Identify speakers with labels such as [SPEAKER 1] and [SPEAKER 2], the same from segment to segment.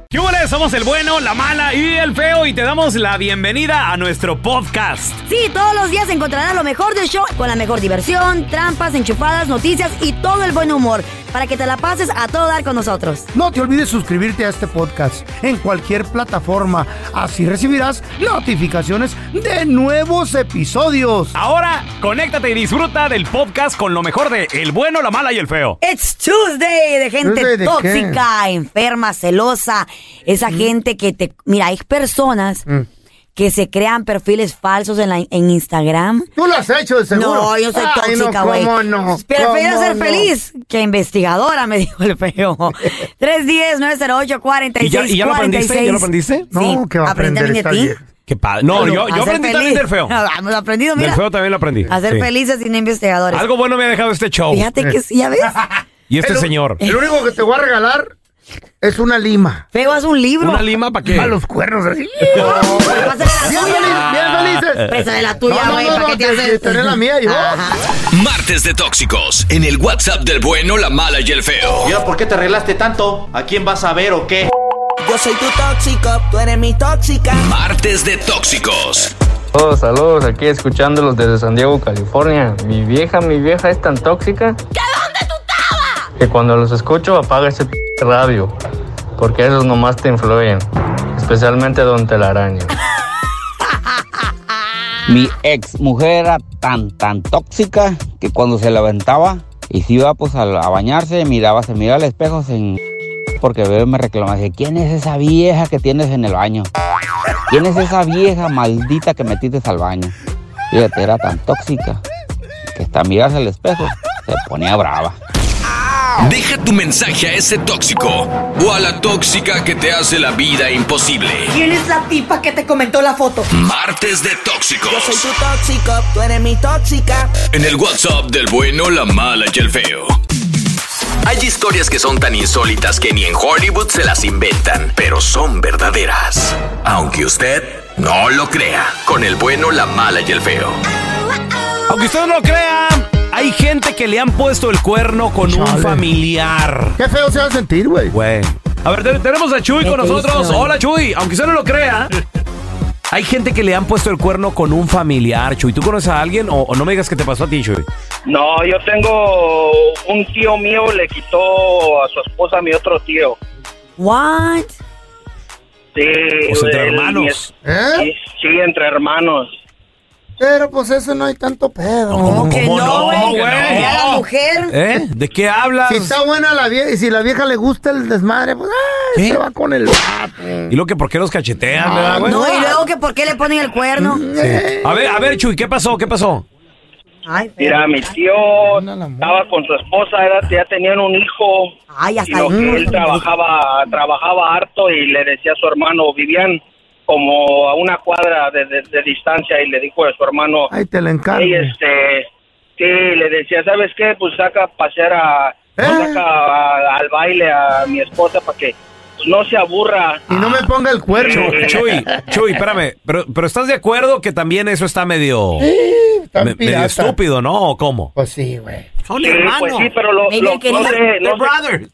[SPEAKER 1] ¿Qué hubo? Somos el bueno, la mala y el feo y te damos la bienvenida a nuestro podcast.
[SPEAKER 2] Sí, todos los días encontrarás lo mejor del show con la mejor diversión, trampas, enchufadas, noticias y todo el buen humor para que te la pases a todo dar con nosotros.
[SPEAKER 3] No te olvides suscribirte a este podcast en cualquier plataforma. Así recibirás notificaciones de nuevos episodios.
[SPEAKER 1] Ahora, conéctate y disfruta del podcast con lo mejor de el bueno, la mala y el feo.
[SPEAKER 2] It's Tuesday de gente
[SPEAKER 1] ¿Tuesday de Mm.
[SPEAKER 2] tóxica, enferma, celosa. Esa gente que te... Mira, hay personas que se crean perfiles falsos en, la, en Instagram.
[SPEAKER 3] Tú lo has hecho, de seguro.
[SPEAKER 2] No, yo soy
[SPEAKER 3] Ay, no,
[SPEAKER 2] tóxica, güey.
[SPEAKER 3] ¿Cómo no?
[SPEAKER 2] Prefiero
[SPEAKER 3] ¿Cómo
[SPEAKER 2] ser
[SPEAKER 3] no?
[SPEAKER 2] feliz que investigadora, me dijo el feo. 310-908-4646.
[SPEAKER 1] ¿Y ya, y ya lo aprendiste? ¿Ya lo aprendiste?
[SPEAKER 2] Sí. ¿Aprendí también de ti?
[SPEAKER 1] Qué padre. No, yo, yo
[SPEAKER 2] A ser
[SPEAKER 1] aprendí también
[SPEAKER 2] feliz.
[SPEAKER 1] del feo.
[SPEAKER 2] No, hemos aprendido, mira.
[SPEAKER 1] Del feo también lo aprendí.
[SPEAKER 2] A ser
[SPEAKER 1] Sí.
[SPEAKER 2] felices sin investigadores.
[SPEAKER 1] Algo bueno me ha dejado este show.
[SPEAKER 2] Fíjate que sí, ya ves.
[SPEAKER 1] Y este señor.
[SPEAKER 2] Eh,
[SPEAKER 3] El único que te voy a regalar es una lima.
[SPEAKER 2] Feo, haz un libro.
[SPEAKER 1] ¿Una lima para qué?
[SPEAKER 3] Para los cuernos. así.
[SPEAKER 2] Bien
[SPEAKER 3] feliz, bien felices.
[SPEAKER 2] Préstame Pues la tuya,
[SPEAKER 3] No,
[SPEAKER 2] güey,
[SPEAKER 3] no, no,
[SPEAKER 2] ¿para qué te
[SPEAKER 3] que- que
[SPEAKER 2] haces?
[SPEAKER 3] tener la mía yo.
[SPEAKER 4] Martes de tóxicos en el WhatsApp del bueno, la mala y el feo.
[SPEAKER 5] Mira, ¿por qué te arreglaste tanto? ¿A quién vas a ver o qué?
[SPEAKER 6] Yo soy tu tóxico, tú eres mi tóxica.
[SPEAKER 4] Martes de tóxicos.
[SPEAKER 7] Saludos, saludos, aquí escuchándolos desde San Diego, California. Mi vieja, mi vieja es tan tóxica. ¿Que dónde tú estabas? Que cuando los escucho apaga ese p- radio, porque esos nomás te influyen, especialmente Don Telaraño.
[SPEAKER 8] Mi ex mujer era tan, tan tóxica que cuando se levantaba y se iba pues a, la- a bañarse, miraba, se miraba al espejo sin... Porque bebé me reclamaba, decía, ¿quién es esa vieja que tienes en el baño? ¿Quién es esa vieja maldita que metiste al baño? Fíjate, era tan tóxica que hasta mirarse al espejo se ponía brava.
[SPEAKER 4] Deja tu mensaje a ese tóxico o a la tóxica que te hace la vida imposible.
[SPEAKER 6] ¿Quién es la tipa que te comentó la foto?
[SPEAKER 4] Martes de tóxicos.
[SPEAKER 6] Yo soy tu tóxico, tú eres mi tóxica.
[SPEAKER 4] En el WhatsApp del bueno, la mala y el feo. Hay historias que son tan insólitas que ni en Hollywood se las inventan, pero son verdaderas. Aunque usted no lo crea, con el bueno, la mala y el feo.
[SPEAKER 1] Aunque usted no lo crea, hay gente que le han puesto el cuerno con un familiar.
[SPEAKER 3] Qué feo se va a sentir, güey.
[SPEAKER 1] Güey. A ver, te- tenemos a Chuy
[SPEAKER 3] Qué
[SPEAKER 1] con nosotros.
[SPEAKER 3] triste, güey.
[SPEAKER 1] Hola, Chuy. Aunque usted no lo crea, hay gente que le han puesto el cuerno con un familiar, Chuy. ¿Tú conoces a alguien o, o no me digas que te pasó a ti, Chuy?
[SPEAKER 9] No, yo tengo un tío mío le quitó a su esposa a mi otro tío.
[SPEAKER 2] What?
[SPEAKER 9] Sí,
[SPEAKER 1] Pues entre
[SPEAKER 9] él-
[SPEAKER 1] hermanos.
[SPEAKER 9] mi es- Sí, sí, entre hermanos.
[SPEAKER 3] Pero pues eso no hay tanto pedo.
[SPEAKER 1] ¿Cómo que ¿Cómo no, no, güey? güey?
[SPEAKER 2] Ya la mujer.
[SPEAKER 1] ¿Eh? ¿De qué hablas?
[SPEAKER 3] Si está buena la vieja y si la vieja le gusta el desmadre, pues ah, se va con el.
[SPEAKER 1] ¿Y lo que por qué los cachetean, verdad, güey? Mm.
[SPEAKER 2] No, y luego que por qué le ponen el cuerno.
[SPEAKER 1] A ver, a ver, Chuy, ¿qué pasó? ¿Qué pasó?
[SPEAKER 9] Mira, mi tío estaba con su esposa, era- ya tenían un hijo.
[SPEAKER 2] hasta
[SPEAKER 9] y lo
[SPEAKER 2] ahí.
[SPEAKER 9] que él trabajaba, trabajaba harto y le decía a su hermano, vivían como a una cuadra de, de- de distancia y le dijo a su hermano,
[SPEAKER 3] Ahí te la encargo.
[SPEAKER 9] "Ey, este, sí, le decía, ¿sabes qué? Pues saca a pasear a,
[SPEAKER 3] ¿Eh?
[SPEAKER 9] saca a- al baile a mi esposa para que pues, no se aburra.
[SPEAKER 3] Y no me ponga el cuerno.
[SPEAKER 1] Chuy, Chuy, Chuy, espérame, pero, pero ¿estás de acuerdo que también eso está medio,
[SPEAKER 3] está
[SPEAKER 1] me- medio
[SPEAKER 3] pirata.
[SPEAKER 1] estúpido, ¿no? ¿O cómo?
[SPEAKER 3] Pues sí, güey.
[SPEAKER 9] Sí, pues sí, pero lo,
[SPEAKER 3] Maybe
[SPEAKER 9] lo-
[SPEAKER 3] él quería-
[SPEAKER 9] no sé, no
[SPEAKER 3] they're
[SPEAKER 9] sé-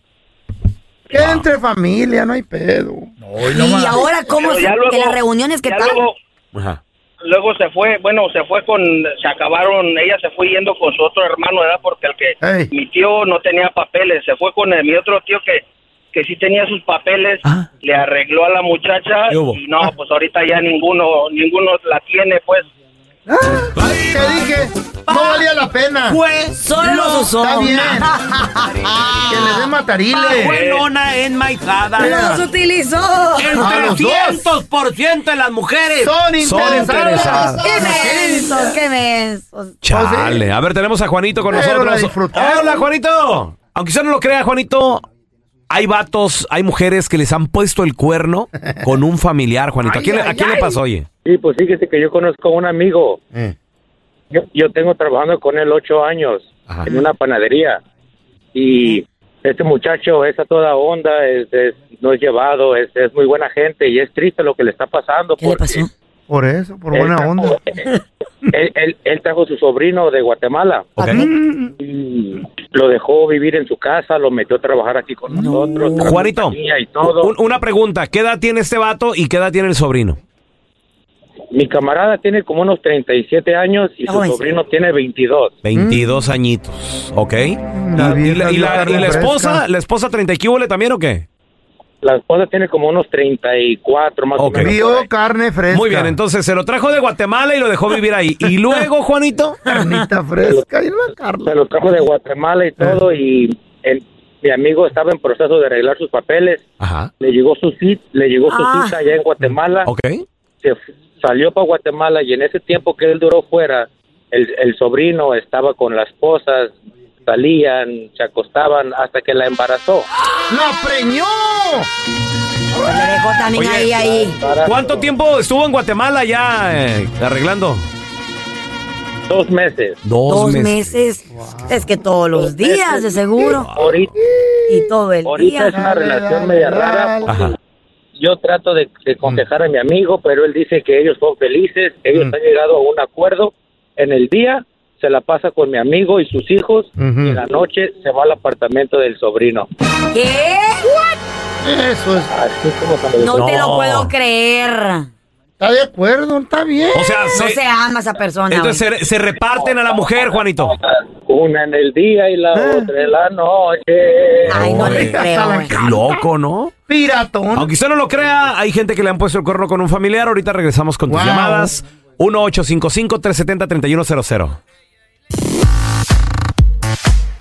[SPEAKER 3] Que entre familia, no hay pedo.
[SPEAKER 2] y ahora, ¿cómo
[SPEAKER 9] Pero
[SPEAKER 2] se,
[SPEAKER 9] ya luego-
[SPEAKER 2] de las reuniones que
[SPEAKER 9] ya
[SPEAKER 2] tal?
[SPEAKER 9] luego- Luego se fue, bueno, se fue con, se acabaron, ella se fue yendo con su otro hermano, ¿verdad? Porque el que,
[SPEAKER 3] Ey.
[SPEAKER 9] mi tío no tenía papeles, se fue con el- mi otro tío que, que sí tenía sus papeles, le arregló a la muchacha
[SPEAKER 1] Ah. ¿Qué hubo? Ah.
[SPEAKER 9] y no, pues ahorita ya ninguno, ninguno la tiene, pues.
[SPEAKER 3] Te dije, no valía la pena.
[SPEAKER 1] Pues
[SPEAKER 9] solo
[SPEAKER 3] los
[SPEAKER 9] usó
[SPEAKER 3] Está bien. que le
[SPEAKER 1] Ah,
[SPEAKER 3] den matarile.
[SPEAKER 1] enmaizada.
[SPEAKER 3] Mira. Los
[SPEAKER 2] utilizó.
[SPEAKER 1] El
[SPEAKER 3] A los dos.
[SPEAKER 1] 300% de las mujeres
[SPEAKER 3] Son
[SPEAKER 1] interesadas.
[SPEAKER 2] ¡Qué mensos, qué mensos!
[SPEAKER 1] Chale. A ver, tenemos a Juanito con
[SPEAKER 2] Pero la
[SPEAKER 1] nosotros.
[SPEAKER 2] disfrutaron.
[SPEAKER 1] Hola, Juanito. Aunque usted no lo crea, Juanito, hay vatos, hay mujeres que les han puesto el cuerno con un familiar, Juanito. ¿A quién, le- a quién le pasó, oye?
[SPEAKER 10] Sí, pues fíjese que yo conozco a un amigo. Yo, yo tengo trabajando con él ocho años en una panadería. Y este muchacho es a toda onda, es, es- no es llevado, es, es muy buena gente y es triste lo que le está pasando. porque
[SPEAKER 3] Por eso, por buena
[SPEAKER 10] Él
[SPEAKER 3] onda.
[SPEAKER 10] Él, él- él trajo su sobrino de Guatemala.
[SPEAKER 3] Mm.
[SPEAKER 10] Y lo dejó vivir en su casa, lo metió a trabajar aquí con nosotros. trajo
[SPEAKER 1] Juanito,
[SPEAKER 10] compañía y todo.
[SPEAKER 1] un- una pregunta. ¿Qué edad tiene este vato y qué edad tiene el sobrino?
[SPEAKER 10] Mi camarada tiene como unos 37 años y su sobrino tiene 22.
[SPEAKER 1] 22 añitos, ¿ok? ¿Y la, y la-
[SPEAKER 10] vieja
[SPEAKER 1] y la
[SPEAKER 10] refresca.
[SPEAKER 1] esposa? ¿La esposa 30 y qué hubo le también o qué?
[SPEAKER 10] La esposa tiene como unos 34 más
[SPEAKER 1] Ok.
[SPEAKER 10] o menos.
[SPEAKER 1] Vio
[SPEAKER 10] por ahí.
[SPEAKER 3] Carne fresca.
[SPEAKER 1] Muy bien, entonces se lo trajo de Guatemala y lo dejó vivir ahí. Y luego, Juanito.
[SPEAKER 3] Carnita fresca.
[SPEAKER 10] Se lo trajo de Guatemala y todo y el- mi amigo estaba en proceso de arreglar sus papeles.
[SPEAKER 1] Ajá.
[SPEAKER 10] Le llegó su cita, le llegó su
[SPEAKER 1] Ah.
[SPEAKER 10] cita allá en Guatemala.
[SPEAKER 1] Ok.
[SPEAKER 10] Se fu- salió para Guatemala y en ese tiempo que él duró fuera, el, el sobrino estaba con las esposas, salían, se acostaban hasta que la embarazó.
[SPEAKER 3] ¡La preñó!
[SPEAKER 2] Le dejó también
[SPEAKER 1] Oye,
[SPEAKER 2] ahí, ahí.
[SPEAKER 1] ¿Cuánto tiempo estuvo en Guatemala ya eh, arreglando?
[SPEAKER 10] Dos meses.
[SPEAKER 1] Dos,
[SPEAKER 2] Dos
[SPEAKER 1] meses.
[SPEAKER 2] meses. Es que todos los días, de seguro.
[SPEAKER 10] Ahorita,
[SPEAKER 2] Y todo el
[SPEAKER 10] ahorita
[SPEAKER 2] día.
[SPEAKER 10] es una relación media rara. porque Yo trato de, de
[SPEAKER 3] Mm.
[SPEAKER 10] aconsejar a mi amigo, pero él dice que ellos son felices, ellos han llegado a un acuerdo. En el día se la pasa con mi amigo y sus hijos, y en la noche se va al apartamento del sobrino.
[SPEAKER 2] ¿Qué?
[SPEAKER 3] Eso es.
[SPEAKER 10] Así como cuando-
[SPEAKER 2] No, te lo puedo creer.
[SPEAKER 3] Está de acuerdo, está bien.
[SPEAKER 1] O sea,
[SPEAKER 2] no
[SPEAKER 1] se-
[SPEAKER 2] se ama esa persona.
[SPEAKER 1] Entonces se, se reparten a la mujer, Juanito.
[SPEAKER 10] Una en el día y la otra en la noche.
[SPEAKER 2] Ah. Ay, no le creo. eh. güey.
[SPEAKER 1] Loco, ¿no?
[SPEAKER 3] Piratón.
[SPEAKER 1] Aunque usted no lo crea, hay gente que le han puesto el corno con un familiar. Ahorita regresamos con tus
[SPEAKER 3] Wow.
[SPEAKER 1] llamadas. 1-855-370-3100.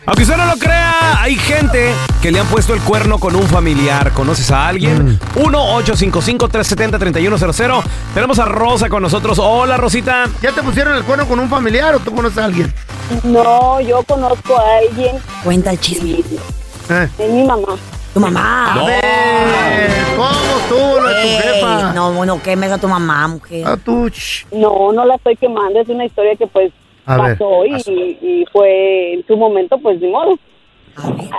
[SPEAKER 1] Aunque usted no lo crea, hay gente que le han puesto el cuerno con un familiar. ¿Conoces a
[SPEAKER 3] Mm.
[SPEAKER 1] alguien? 1-855-370-3100. Tenemos a Rosa con nosotros. Hola, Rosita.
[SPEAKER 3] ¿Ya te pusieron el cuerno con un familiar o tú conoces a alguien?
[SPEAKER 2] eh,
[SPEAKER 11] No, yo conozco a alguien.
[SPEAKER 2] Cuenta el chisme.
[SPEAKER 3] Eh.
[SPEAKER 11] Es mi mamá.
[SPEAKER 2] Tu mamá.
[SPEAKER 3] A ver, ¿cómo tú, no es tu
[SPEAKER 2] Ey,
[SPEAKER 3] jefa?
[SPEAKER 2] No, no quemes a tu mamá, mujer.
[SPEAKER 3] A tu...
[SPEAKER 11] No, no la estoy quemando. Es una historia que pues
[SPEAKER 1] A ver,
[SPEAKER 11] pasó y, y fue en su momento pues ni modo.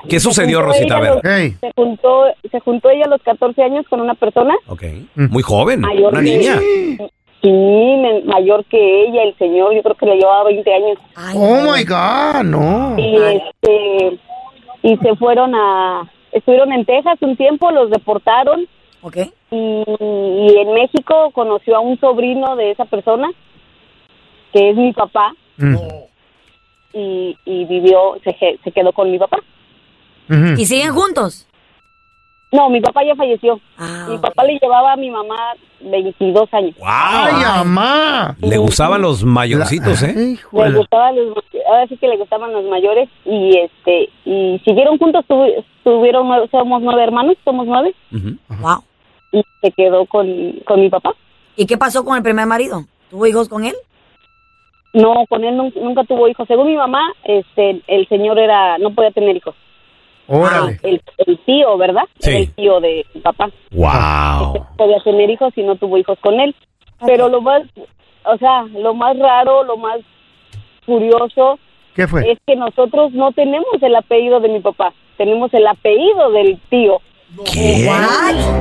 [SPEAKER 1] ¿Qué sucedió,
[SPEAKER 11] Se juntó
[SPEAKER 1] Rosita? A
[SPEAKER 11] ella
[SPEAKER 1] ver.
[SPEAKER 11] a los- Se juntó, se juntó ella a los 14 años con una persona
[SPEAKER 1] Ok. Muy joven.
[SPEAKER 11] mayor
[SPEAKER 1] Una
[SPEAKER 11] que-
[SPEAKER 1] niña.
[SPEAKER 11] Sí, me- mayor que ella, el señor, yo creo que le llevaba 20 años.
[SPEAKER 3] Oh, my God, no.
[SPEAKER 11] Y, este, y se fueron a... Estuvieron en Texas un tiempo, los deportaron.
[SPEAKER 2] Ok.
[SPEAKER 11] Y, y en México conoció a un sobrino de esa persona, que es mi papá,
[SPEAKER 3] Mm.
[SPEAKER 11] y, y vivió, se, que- se quedó con mi papá.
[SPEAKER 10] Mm.
[SPEAKER 2] ¿Y siguen juntos? Ah,
[SPEAKER 11] No, mi papá ya falleció. mi papá le llevaba a mi mamá 22 años.
[SPEAKER 3] ¡Ay, mamá!
[SPEAKER 1] Le gustaban los mayorcitos, ¿eh?
[SPEAKER 11] Le gustaban los, ahora sí que le gustaban los mayores y este y siguieron juntos tuvi- tuvieron nueve- somos nueve hermanos somos nueve
[SPEAKER 2] Wow.
[SPEAKER 11] y se quedó con, con mi papá
[SPEAKER 2] ¿Y qué pasó con el primer marido? ¿Tuvo hijos con él?
[SPEAKER 11] No, con él nun- nunca tuvo hijos. Según mi mamá, este, el señor era, no podía tener hijos.
[SPEAKER 3] Órale.
[SPEAKER 11] El, el tío, ¿verdad?
[SPEAKER 1] Sí.
[SPEAKER 11] Era El tío de mi papá.
[SPEAKER 1] Wow.
[SPEAKER 11] podía tener hijos y no tuvo hijos con él. Pero lo más, o sea, lo más raro, lo más curioso
[SPEAKER 3] ¿Qué fue?
[SPEAKER 11] es que nosotros no tenemos el apellido de mi papá, tenemos el apellido del tío.
[SPEAKER 1] ¿Qué?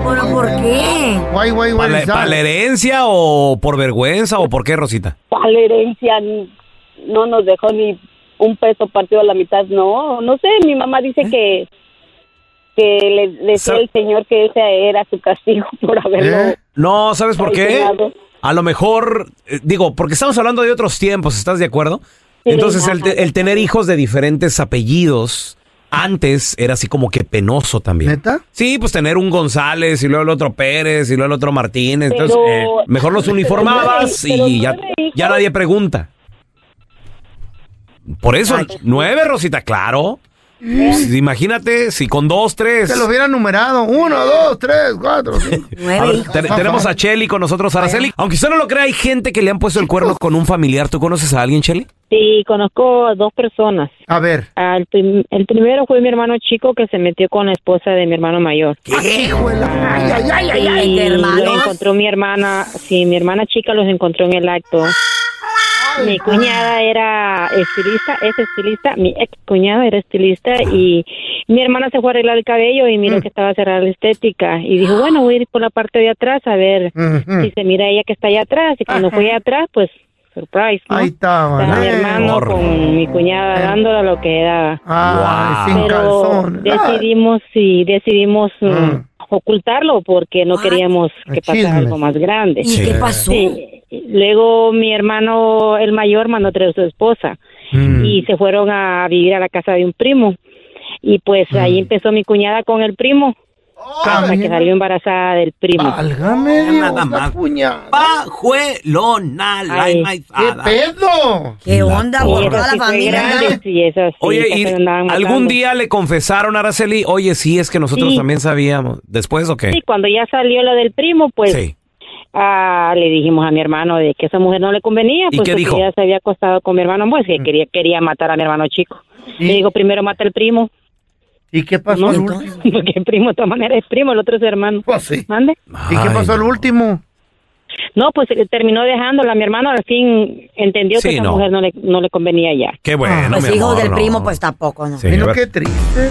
[SPEAKER 2] ¿Pero por qué?
[SPEAKER 3] Guay, guay,
[SPEAKER 1] ¿Para la, pa' la herencia o por vergüenza o por qué, Rosita?
[SPEAKER 11] ¿Cuál herencia? Ni- No nos dejó ni un peso partido a la mitad, no, no sé, mi mamá dice
[SPEAKER 3] ¿Eh?
[SPEAKER 11] que que le decía
[SPEAKER 1] Sa-
[SPEAKER 11] el señor que ese era su castigo por haberlo
[SPEAKER 1] No, ¿sabes por qué?
[SPEAKER 11] traicionado.
[SPEAKER 1] A lo mejor, eh, digo, porque estamos hablando de otros tiempos, ¿estás de acuerdo?
[SPEAKER 11] Sí,
[SPEAKER 1] Entonces, el,
[SPEAKER 11] ajá.
[SPEAKER 1] te- el tener hijos de diferentes apellidos antes era así como que penoso también. ¿Neta? Sí, pues tener un González y luego el otro Pérez y luego el otro Martínez. Entonces,
[SPEAKER 11] Pero-
[SPEAKER 1] eh, mejor los
[SPEAKER 11] pero
[SPEAKER 1] uniformabas
[SPEAKER 11] nueve- pero
[SPEAKER 1] y ya,
[SPEAKER 11] nueve hijos.
[SPEAKER 1] ya nadie pregunta. Por eso, nueve, Rosita, claro. Pues, Imagínate si con dos, tres.
[SPEAKER 3] Se los hubiera numerado. Uno, dos, tres, cuatro, cinco.
[SPEAKER 1] A ver, te- tenemos a Chelly con nosotros, Araceli. Aunque usted no lo crea, hay gente que le han puesto el cuerno con un familiar. ¿Tú conoces a alguien, Chelly?
[SPEAKER 12] Sí, conozco a dos personas.
[SPEAKER 3] A ver.
[SPEAKER 12] El, prim- el primero fue mi hermano chico que se metió con la esposa de mi hermano mayor. ¿Qué?
[SPEAKER 3] Ay, ay, ay, ay, ay,
[SPEAKER 12] y
[SPEAKER 3] ¿de hermanos?
[SPEAKER 12] lo encontró mi hermana, sí, mi hermana chica los encontró en el acto. Mi cuñada era estilista, es estilista, mi ex cuñada era estilista y mi hermana se fue a arreglar el cabello y
[SPEAKER 3] Mm.
[SPEAKER 12] miró que estaba cerrada la estética y dijo, bueno, voy a ir por la parte de atrás a ver
[SPEAKER 3] Ujú.
[SPEAKER 12] si se mira ella que está allá atrás y cuando fue allá atrás, pues, surprise, ¿no?
[SPEAKER 3] Ahí estaba.
[SPEAKER 12] Estaba mi
[SPEAKER 3] eh.
[SPEAKER 12] hermano con mi cuñada dándole lo que daba.
[SPEAKER 3] Ah, Wow. sin
[SPEAKER 12] Pero
[SPEAKER 3] calzón. Ah.
[SPEAKER 12] decidimos y decidimos mm, ocultarlo porque no queríamos que pasara
[SPEAKER 13] Chismes.
[SPEAKER 12] algo más grande.
[SPEAKER 13] ¿Y qué Sí. pasó?
[SPEAKER 12] Sí. Luego mi hermano, el mayor, mandó traer a su esposa
[SPEAKER 14] Mm.
[SPEAKER 13] Mm.
[SPEAKER 12] y se fueron a vivir a la casa de un primo. Y pues
[SPEAKER 13] Mm.
[SPEAKER 12] ahí empezó mi cuñada con el primo. Hasta que salió embarazada del primo.
[SPEAKER 1] Nada más. Pajuelona, la
[SPEAKER 12] Ay,
[SPEAKER 1] enmaizada.
[SPEAKER 12] ¿qué pedo?
[SPEAKER 2] ¿Qué
[SPEAKER 1] La
[SPEAKER 2] onda por
[SPEAKER 1] torre.
[SPEAKER 2] toda la familia?
[SPEAKER 1] Oye, ¿y algún día le confesaron a Araceli? Oye, sí, es que nosotros
[SPEAKER 12] Sí.
[SPEAKER 1] también sabíamos. ¿Después o qué?
[SPEAKER 12] Sí, cuando ya salió lo del primo, pues
[SPEAKER 1] Sí.
[SPEAKER 12] ah, le dijimos a mi hermano de que esa mujer no le convenía,
[SPEAKER 1] ¿Y
[SPEAKER 12] pues
[SPEAKER 1] qué
[SPEAKER 12] porque
[SPEAKER 1] dijo? Mm.
[SPEAKER 12] ya se había acostado con mi hermano, pues que quería, quería matar a mi hermano chico. Le digo, primero mata al primo.
[SPEAKER 3] ¿Y qué pasó al último? Ah,
[SPEAKER 12] Porque el primo, de todas maneras, es primo, el otro es hermano. ¿Mande?
[SPEAKER 3] ¿Y qué pasó al último?
[SPEAKER 12] No, pues eh, terminó dejándola. Mi hermano al fin entendió
[SPEAKER 1] Sí,
[SPEAKER 12] que esa
[SPEAKER 1] no.
[SPEAKER 12] mujer no le, no le convenía ya.
[SPEAKER 1] Qué bueno,
[SPEAKER 2] Ah, Los
[SPEAKER 1] mi
[SPEAKER 2] hijos
[SPEAKER 1] amor,
[SPEAKER 2] del
[SPEAKER 1] no.
[SPEAKER 2] primo, pues tampoco, ¿no?
[SPEAKER 1] Sí, Mira a ver. qué
[SPEAKER 3] triste.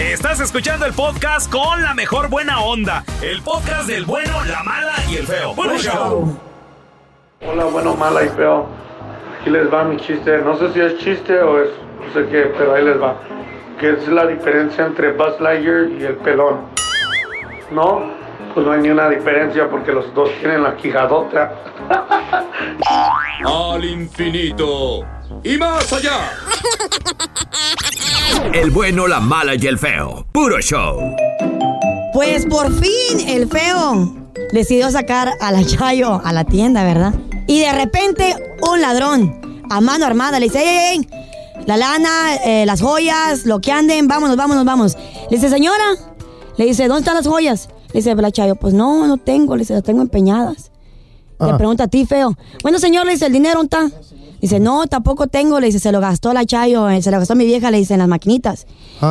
[SPEAKER 1] Estás escuchando el podcast con la mejor buena onda. El podcast del bueno, la mala y el feo. Bueno, show.
[SPEAKER 15] Hola, bueno, mala y feo. Aquí les va mi chiste. No sé si es chiste o es no sé qué, pero ahí les va. ¿Qué es la diferencia entre Buzz Lightyear y el pelón? No, pues no hay ni una diferencia porque los dos tienen la quijadota.
[SPEAKER 16] Al infinito y más allá.
[SPEAKER 17] El bueno, la mala y el feo. Puro show.
[SPEAKER 13] Pues por fin el feo decidió sacar a la Chayo a la tienda, ¿verdad? Y de repente un ladrón a mano armada le dice, ¡Ey, ey, ey! La lana, eh, las joyas, lo que anden, vámonos, vámonos, vamos. Le dice, señora, le dice, ¿dónde están las joyas?
[SPEAKER 2] Le dice la Chayo, pues no, no tengo, le dice, las tengo empeñadas. Le
[SPEAKER 18] Ah.
[SPEAKER 2] pregunta a ti, feo. Bueno, señor, le dice, ¿el dinero dónde está? Dice, no, tampoco tengo, le dice, se lo gastó la Chayo, eh, se lo gastó mi vieja, le dice, en las maquinitas.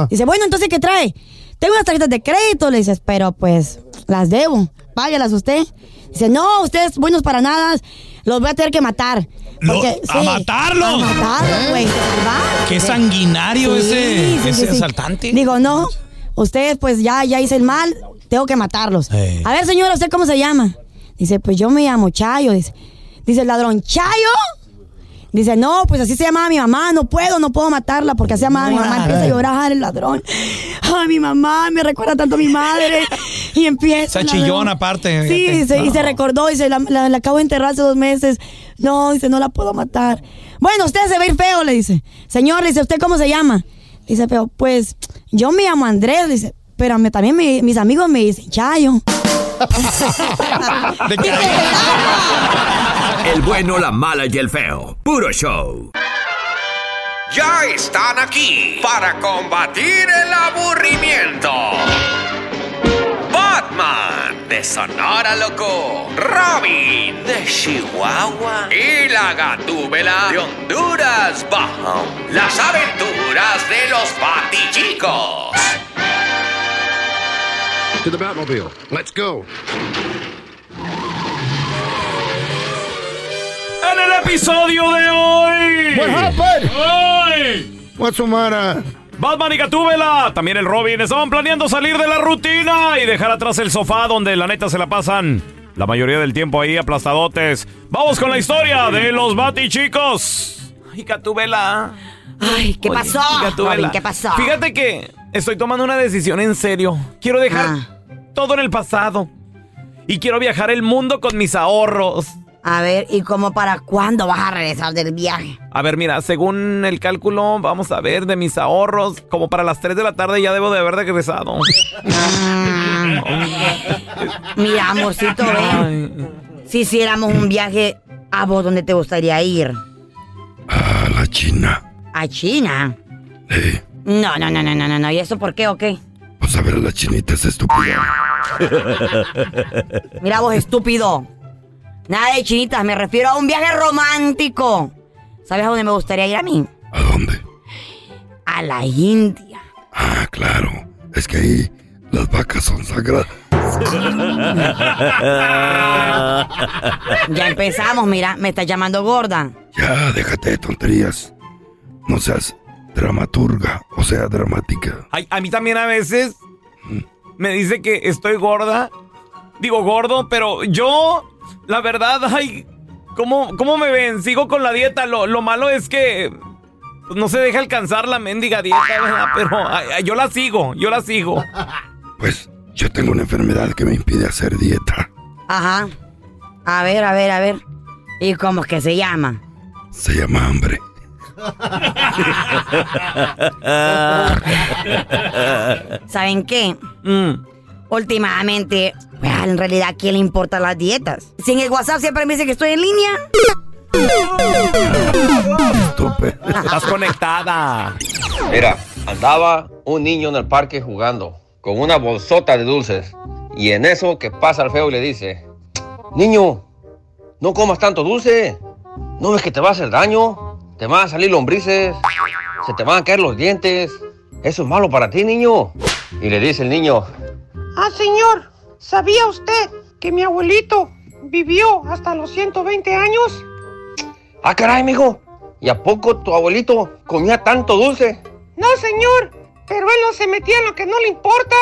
[SPEAKER 2] Dice, bueno, entonces, ¿qué trae? Tengo unas tarjetas de crédito, le dices, pero pues las debo. Váyalas usted. Dice, no, ustedes buenos para nada, los voy a tener que matar.
[SPEAKER 1] Lo-
[SPEAKER 2] Porque-
[SPEAKER 1] ¿A matarlos?
[SPEAKER 2] A matarlos, güey.
[SPEAKER 1] Qué sanguinario
[SPEAKER 2] Pues, Sí,
[SPEAKER 1] ese,
[SPEAKER 2] sí,
[SPEAKER 1] ese
[SPEAKER 2] sí, sí.
[SPEAKER 1] asaltante.
[SPEAKER 2] Digo, no, ustedes pues ya, ya hice el mal, tengo que matarlos.
[SPEAKER 1] Ey.
[SPEAKER 2] A ver, señora, ¿usted cómo se llama? Dice, pues yo me llamo Chayo. Dice, dice el ladrón, ¿Chayo? Dice, no, pues así se llamaba mi mamá, no puedo, no puedo matarla porque así se llamaba mi mamá. Empieza a llorar el ladrón. Ay, mi mamá, me recuerda tanto a mi madre. Y empieza.
[SPEAKER 1] Esa
[SPEAKER 2] el ladrón.
[SPEAKER 1] chillona aparte.
[SPEAKER 2] Sí,
[SPEAKER 1] fíjate.
[SPEAKER 2] dice, y se
[SPEAKER 1] No.
[SPEAKER 2] recordó, dice, la, la- la acabo de enterrar hace dos meses. No, dice, no la puedo matar. Bueno, usted se ve feo, le dice. Señor, le dice, ¿usted cómo se llama? Le dice, pero pues yo me llamo Andrés, le dice, pero me- también mi- mis amigos me dicen Chayo.
[SPEAKER 19] El bueno, la mala y el feo. Puro show.
[SPEAKER 4] Ya están aquí para combatir el aburrimiento. Batman de Sonora Loco, Robin de Chihuahua y la Gatúbela de Honduras Bajo. Las aventuras de los patichicos.
[SPEAKER 20] To the Batmobile. Let's go.
[SPEAKER 3] En el episodio de hoy. What happened? What's the matter?
[SPEAKER 6] Batman y Gatúbela, también el Robin, estaban planeando salir de la rutina y dejar atrás el sofá donde la neta se la pasan la mayoría del tiempo ahí aplastadotes. Vamos con la historia de los Batichicos.
[SPEAKER 1] Ay, Gatúbela.
[SPEAKER 12] Ay, ¿qué
[SPEAKER 1] Oye,
[SPEAKER 12] pasó?
[SPEAKER 1] Gatúbela.
[SPEAKER 12] Robin, ¿qué pasó?
[SPEAKER 1] Fíjate que estoy tomando una decisión en serio. Quiero dejar
[SPEAKER 12] Ah.
[SPEAKER 1] todo en el pasado. Y quiero viajar el mundo con mis ahorros.
[SPEAKER 12] A ver, ¿y cómo para cuándo vas a regresar del viaje?
[SPEAKER 1] A ver, mira, según el cálculo, vamos a ver de mis ahorros, como para las 3 de la tarde ya debo de haber regresado.
[SPEAKER 12] Mira, amorcito, ven. Si hiciéramos un viaje, ¿a vos dónde te gustaría ir?
[SPEAKER 21] A la China.
[SPEAKER 12] ¿A China?
[SPEAKER 21] Eh,
[SPEAKER 12] No, no, no, no, no, no, no. ¿Y eso por qué o qué?
[SPEAKER 21] pues a ver a la chinita es estúpida.
[SPEAKER 12] Mira vos, estúpido. Nada de chinitas, me refiero a un viaje romántico. ¿Sabes a dónde me gustaría ir a mí?
[SPEAKER 21] ¿A dónde?
[SPEAKER 12] A la India.
[SPEAKER 21] Ah, claro. Es que ahí las vacas son sagradas.
[SPEAKER 12] Ya empezamos, mira, me estás llamando gorda.
[SPEAKER 21] Ya, déjate de tonterías. No seas dramaturga, o sea, dramática.
[SPEAKER 1] Ay, a mí también a veces me dice que estoy gorda. Digo gordo, pero yo, la verdad, ay, ¿cómo, cómo me ven? Sigo con la dieta. Lo, lo malo es que pues, no se deja alcanzar la mendiga dieta, ¿verdad? Pero ay, ay, yo la sigo, yo la sigo.
[SPEAKER 21] Yo tengo una enfermedad que me impide hacer dieta.
[SPEAKER 12] Ajá. A ver, a ver, a ver. ¿Y cómo es que se llama?
[SPEAKER 21] Se llama hambre.
[SPEAKER 12] ¿Saben qué? Últimamente, pues, en realidad, ¿a quién le importan las dietas? Si en el WhatsApp siempre me dice que estoy en línea.
[SPEAKER 1] Estás conectada.
[SPEAKER 22] Mira, andaba un niño en el parque jugando con una bolsota de dulces. Y en eso que pasa el feo y le dice, niño, no comas tanto dulce. ¿No ves que te va a hacer daño? Te van a salir lombrices, se te van a caer los dientes. Eso es malo para ti, niño. Y le dice el niño,
[SPEAKER 23] Ah, señor, ¿sabía usted que mi abuelito vivió hasta los 120 años?
[SPEAKER 22] ah, caray, amigo, ¿y a poco tu abuelito comía tanto dulce?
[SPEAKER 23] No, señor, pero él no se metía en lo que no le importa.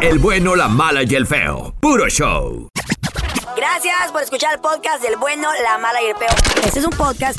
[SPEAKER 19] El bueno, la mala y el feo. Puro show.
[SPEAKER 12] Gracias por escuchar el podcast del bueno, la mala y el peor. Este es un podcast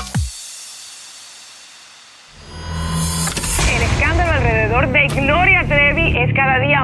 [SPEAKER 23] El escándalo alrededor de Gloria Trevi
[SPEAKER 24] es cada día